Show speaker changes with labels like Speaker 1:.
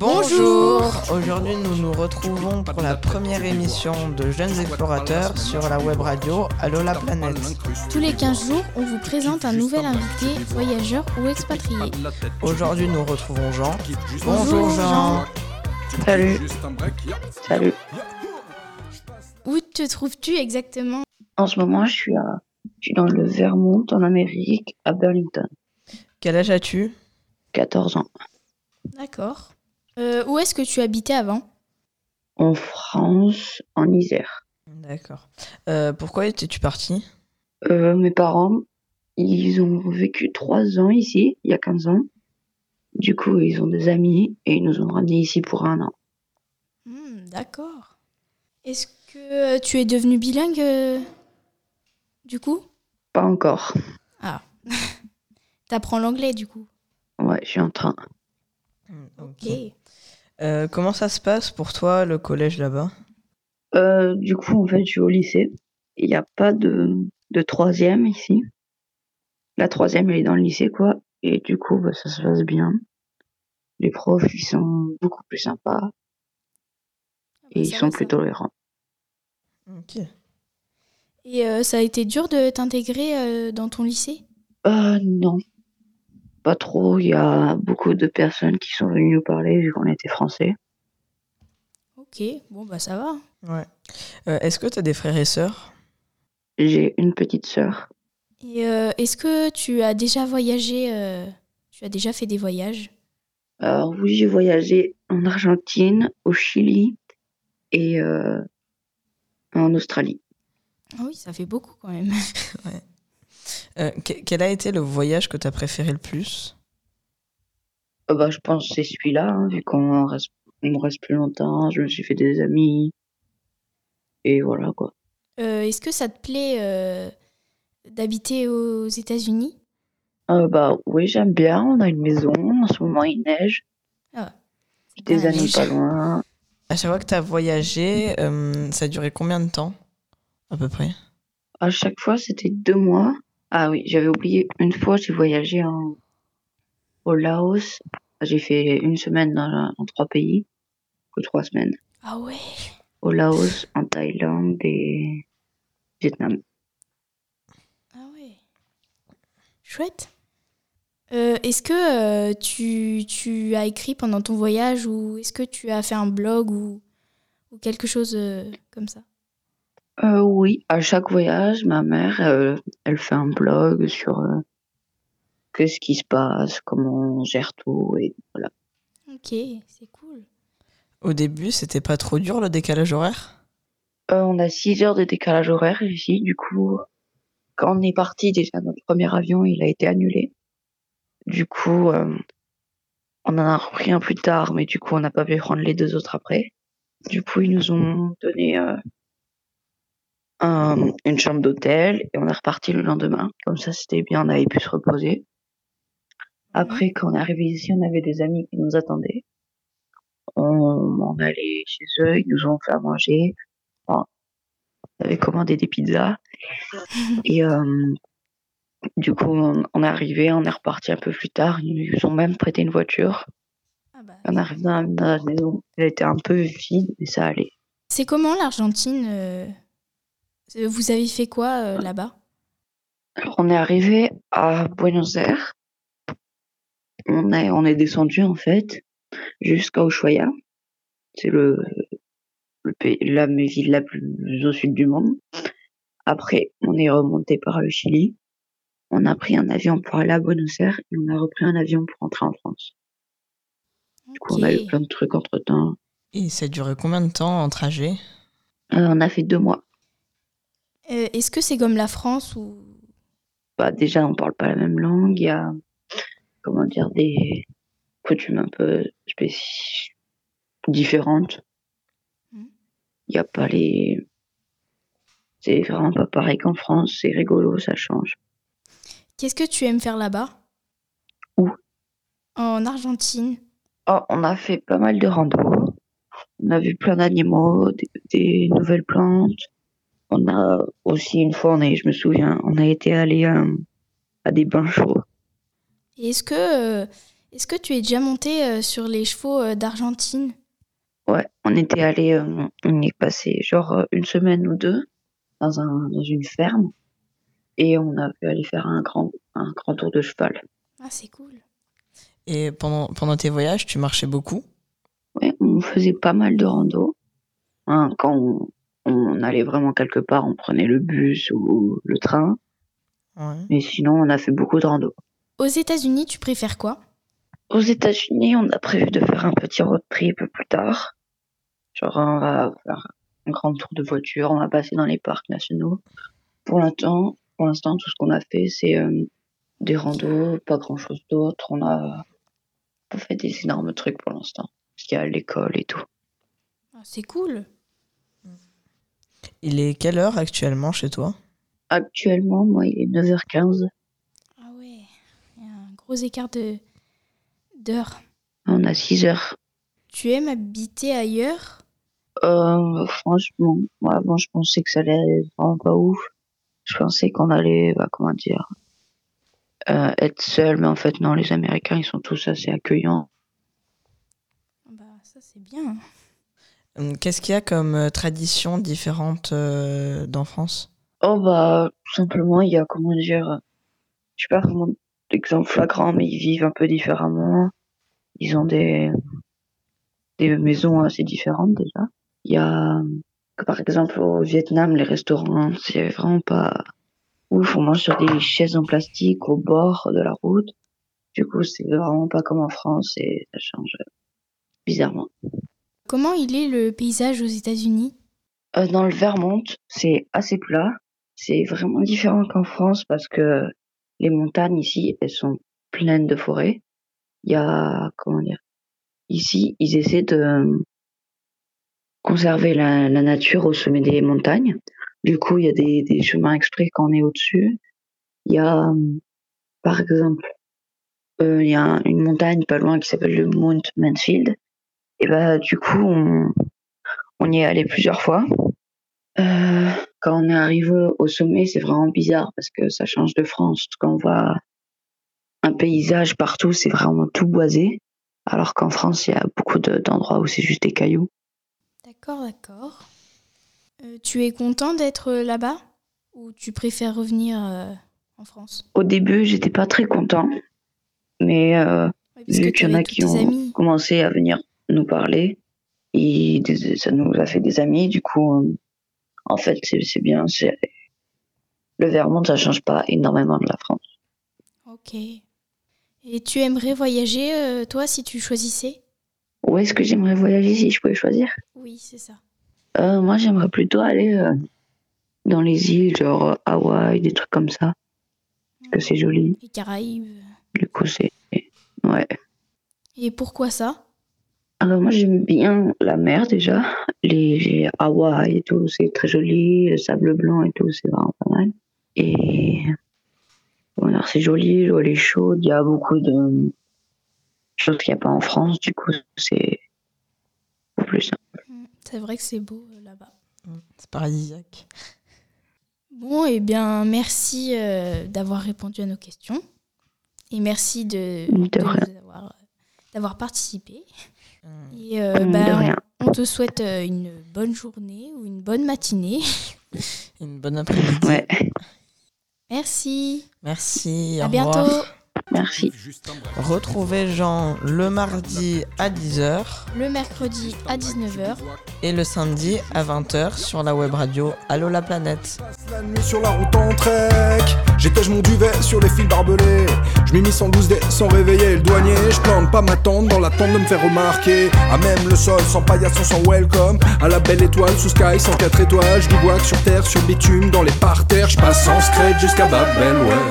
Speaker 1: Bonjour Aujourd'hui nous nous retrouvons pour la première émission de Jeunes Explorateurs sur la web radio Allo la Planète.
Speaker 2: Tous les 15 jours, on vous présente un nouvel invité, voyageur ou expatrié.
Speaker 1: Aujourd'hui nous retrouvons Jean. Bonjour Jean
Speaker 3: Salut. Salut.
Speaker 2: Où te trouves-tu exactement
Speaker 3: En ce moment, je suis, à- je suis dans le Vermont, en Amérique, à Burlington.
Speaker 1: Quel âge as-tu
Speaker 3: 14 ans.
Speaker 2: D'accord. Euh, où est-ce que tu habitais avant
Speaker 3: En France, en Isère.
Speaker 1: D'accord. Euh, pourquoi étais-tu parti
Speaker 3: Euh, mes parents, ils ont vécu 3 ans ici, il y a 15 ans. Du coup, ils ont des amis et ils nous ont ramenés ici pour un an.
Speaker 2: Hmm, D'accord. Est-ce que euh, tu es devenu bilingue euh, du coup
Speaker 3: Pas encore.
Speaker 2: T'apprends l'anglais du coup
Speaker 3: Ouais, je suis en train.
Speaker 2: Ah
Speaker 1: Ok.
Speaker 2: bah,
Speaker 1: Euh, comment ça se passe pour toi le collège là-bas
Speaker 3: Euh, du coup, en fait, je suis au lycée. Il n'y a pas de, de troisième ici. La troisième, elle est dans le lycée, quoi. Et du coup, bah, ça se passe bien. Les profs, ils sont beaucoup plus sympas et ils
Speaker 2: Ça
Speaker 3: sont
Speaker 2: va,
Speaker 3: plus
Speaker 2: ça va.
Speaker 3: tolérants.
Speaker 1: Ok.
Speaker 2: Et euh, ça a été dur de t'intégrer euh, dans ton lycée
Speaker 3: Euh, non. Pas trop. Il y a beaucoup de personnes qui sont venues nous parler vu qu'on était français.
Speaker 2: Ok, bon bah ça va.
Speaker 1: Ouais. Euh, Est-ce que tu as des frères et sœurs
Speaker 3: J'ai une petite sœur.
Speaker 2: Et euh, est-ce que tu as déjà voyagé euh, Tu as déjà fait des voyages
Speaker 3: Alors oui, j'ai voyagé en Argentine, au Chili et euh, en Australie.
Speaker 2: Ah oui, ça fait beaucoup quand même.
Speaker 1: Euh, que- Quel a été le voyage que tu as préféré le plus
Speaker 3: Euh, bah, je pense que c'est celui-là, hein, vu qu'on reste, on reste plus longtemps, je me suis fait des amis. Et voilà quoi.
Speaker 2: Euh, Est-ce que ça te plaît euh, d'habiter aux États-Unis
Speaker 3: Euh, bah oui, j'aime bien, on a une maison, en ce moment il neige,
Speaker 2: Ah,
Speaker 3: des
Speaker 2: Ah,
Speaker 3: amis
Speaker 2: neige.
Speaker 3: pas loin.
Speaker 1: À chaque fois que tu as voyagé, euh, ça a duré combien de temps À peu près
Speaker 3: À chaque fois c'était deux mois. Ah oui, j'avais oublié, une fois j'ai voyagé en... au Laos, j'ai fait une semaine dans, dans trois pays, ou trois semaines.
Speaker 2: Ah ouais
Speaker 3: Au Laos, en Thaïlande et Vietnam.
Speaker 2: Ah ouais Chouette Euh, Est-ce que euh, tu, tu as écrit pendant ton voyage ou est-ce que tu as fait un blog ou, ou quelque chose euh, comme ça
Speaker 3: Euh, oui, à chaque voyage, ma mère, euh, elle fait un blog sur euh, qu'est-ce qui se passe, comment on gère tout, et voilà.
Speaker 2: Ok, c'est cool.
Speaker 1: Au début, c'était pas trop dur le décalage horaire
Speaker 3: Euh, on a 6 heures de décalage horaire ici, du coup, quand on est parti déjà, notre premier avion, il a été annulé. Du coup, euh, on en a repris un plus tard, mais du coup, on n'a pas pu prendre les deux autres après. Du coup, ils nous ont donné euh, un- une chambre d'hôtel et on est reparti le lendemain. Comme ça, c'était bien, on avait pu se reposer. Après, quand on est arrivé ici, on avait des amis qui nous attendaient. On, on allait chez eux, ils nous ont fait à manger. On avait commandé des pizzas. Et euh, du coup, on, on est arrivé, on est reparti un peu plus tard. Ils nous ont même prêté une voiture.
Speaker 2: Ah bah.
Speaker 3: On est arrivé dans la- dans la maison. Elle était un peu vide, mais ça allait.
Speaker 2: C'est comment l'Argentine euh, euh, Vous avez fait quoi euh, là-bas
Speaker 3: Alors, on est arrivé à Buenos Aires. On est, on est descendu, en fait, jusqu'à Ushuaia. C'est le, le pays, la ville la plus au sud du monde. Après, on est remonté par le Chili. On a pris un avion pour aller à Buenos Aires et on a repris un avion pour entrer en France. Du coup, on a eu
Speaker 2: Ok.
Speaker 3: plein de trucs entre temps.
Speaker 1: Et ça a duré combien de temps en trajet
Speaker 3: on a fait deux mois.
Speaker 2: Euh, Est-ce que c'est comme la France ou
Speaker 3: Bah, déjà, on parle pas la même langue. Il y a, comment dire, des coutumes un peu spécifiques, différentes.
Speaker 2: Mhm.
Speaker 3: Il y a pas les. C'est vraiment pas pareil qu'en France. C'est rigolo, ça change.
Speaker 2: qu'est-ce que tu aimes faire là-bas
Speaker 3: Où
Speaker 2: En Argentine.
Speaker 3: Oh, on a fait pas mal de rando. On a vu plein d'animaux, des, des nouvelles plantes. On a aussi une fois, on est, je me souviens, on a été allé euh, à des bains chauds.
Speaker 2: Et est-ce que euh, Est-ce que tu es déjà monté euh, sur les chevaux euh, d'Argentine
Speaker 3: Ouais, on était allé, euh, on est passé genre euh, une semaine ou deux dans, un, dans une ferme et on a pu aller faire un grand, un grand tour de cheval.
Speaker 2: Ah, c'est cool.
Speaker 1: Et pendant, pendant tes voyages, tu marchais beaucoup
Speaker 3: Ouais, on faisait pas mal de rando. Hein, quand on, on allait vraiment quelque part, on prenait le bus ou le train.
Speaker 1: Ouais.
Speaker 3: Mais sinon, on a fait beaucoup de rando.
Speaker 2: Aux États-Unis, tu préfères quoi
Speaker 3: Aux États-Unis, on a prévu de faire un petit road trip plus tard. Genre, on va faire un grand tour de voiture, on va passer dans les parcs nationaux. Pour l'instant, pour l'instant, tout ce qu'on a fait, c'est euh, des randos, pas grand-chose d'autre. On a pas fait des énormes trucs pour l'instant, parce qu'il y a l'école et tout.
Speaker 2: Ah, C'est cool.
Speaker 1: Il est quelle heure actuellement chez toi
Speaker 3: Actuellement, moi, il est 9h15.
Speaker 2: Ah ouais, il y a un gros écart de d'heures.
Speaker 3: On a 6 heures.
Speaker 2: Tu aimes habiter ailleurs
Speaker 3: Euh, franchement, moi, avant, je pensais que ça allait être vraiment pas ouf. Je pensais qu'on allait, bah, comment dire, euh, être seul, mais en fait, non, les Américains, ils sont tous assez accueillants.
Speaker 2: Bah ça c'est bien.
Speaker 1: Hum, Qu'est-ce qu'il y a comme euh, tradition différente euh, d'en France
Speaker 3: Oh, bah, tout simplement, il y a, comment dire, je sais pas vraiment d'exemple flagrant, mais ils vivent un peu différemment. Ils ont des, des maisons assez différentes, déjà. Il y a, que par exemple, au Vietnam, les restaurants, c'est vraiment pas ouf. On mange sur des chaises en plastique au bord de la route. Du coup, c'est vraiment pas comme en France et ça change euh, bizarrement.
Speaker 2: Comment il est le paysage aux États-Unis
Speaker 3: Euh, dans le Vermont, c'est assez plat. C'est vraiment différent qu'en France parce que les montagnes ici, elles sont pleines de forêts. Il y a, comment dire, ici, ils essaient de euh, conserver la, la nature au sommet des montagnes. Du coup, il y a des, des chemins exprès quand on est au-dessus. Il y a, euh, par exemple, euh, il y a une montagne pas loin qui s'appelle le Mount Mansfield. Et bah, du coup, on, on y est allé plusieurs fois. Euh, quand on est arrivé au sommet, c'est vraiment bizarre parce que ça change de France. Quand on voit un paysage partout, c'est vraiment tout boisé. Alors qu'en France, il y a beaucoup de- d'endroits où c'est juste des cailloux.
Speaker 2: D'accord, d'accord. Euh, tu es content d'être euh, là-bas ou tu préfères revenir euh, en France
Speaker 3: Au début, j'étais pas très content, mais euh,
Speaker 2: Ouais,
Speaker 3: vu qu'il y en
Speaker 2: t'avais
Speaker 3: a
Speaker 2: tous
Speaker 3: qui
Speaker 2: tes
Speaker 3: ont
Speaker 2: amis.
Speaker 3: commencé à venir nous parler, et des- ça nous a fait des amis. Du coup, euh, en fait, c'est c'est bien. c'est- Le Vermont, ça change pas énormément de la France.
Speaker 2: Ok. Et tu aimerais voyager, euh, toi, si tu choisissais
Speaker 3: Où est-ce que j'aimerais voyager si je pouvais choisir
Speaker 2: Oui, c'est ça.
Speaker 3: Euh, moi, j'aimerais plutôt aller euh, dans les îles, genre euh, Hawaï, des trucs comme ça, parce que c'est joli.
Speaker 2: Les Caraïbes.
Speaker 3: Du coup, c'est. Ouais.
Speaker 2: Et pourquoi ça
Speaker 3: Alors, euh, moi, j'aime bien la mer déjà. Les, les Hawaï et tout, c'est très joli. Le sable blanc et tout, c'est vraiment pas mal. Et. bon, alors, c'est joli, l'eau elle est chaude. Il y a beaucoup de choses qu'il n'y a pas en France. Du coup, c'est. beaucoup plus hein, simple.
Speaker 2: Mm, C'est vrai que c'est beau euh, là-bas.
Speaker 1: C'est paradisiaque.
Speaker 2: Bon, eh bien, merci euh, d'avoir répondu à nos questions. Et merci de,
Speaker 3: De
Speaker 2: de nous
Speaker 3: rien.
Speaker 2: avoir- euh, d'avoir participé.
Speaker 1: Hum.
Speaker 2: Et euh,
Speaker 3: Mm, De
Speaker 2: bah,
Speaker 3: rien.
Speaker 2: on te souhaite euh, une bonne journée ou une bonne matinée.
Speaker 1: Une bonne après-midi.
Speaker 3: Ouais,
Speaker 2: Merci.
Speaker 1: Merci.
Speaker 2: à
Speaker 1: au
Speaker 2: bientôt.
Speaker 1: revoir.
Speaker 3: merci.
Speaker 1: Retrouvez Jean le mardi à 10h
Speaker 2: Le mercredi à 19h.
Speaker 1: et le samedi à 20h sur la web radio Allo la planète.
Speaker 4: passe La nuit sur la route en trek J'étèche mon duvet sur les fils barbelés Je m'immisce en douce dés sans réveiller le douanier Je plante pas ma tente dans l'attente de me faire remarquer À même le sol, sans paillasson, sans welcome À la belle étoile sous sky, sans quatre étoiles Je bivouac sur terre, sur bitume, dans les parterres Je passe en scred jusqu'à Babel, ouais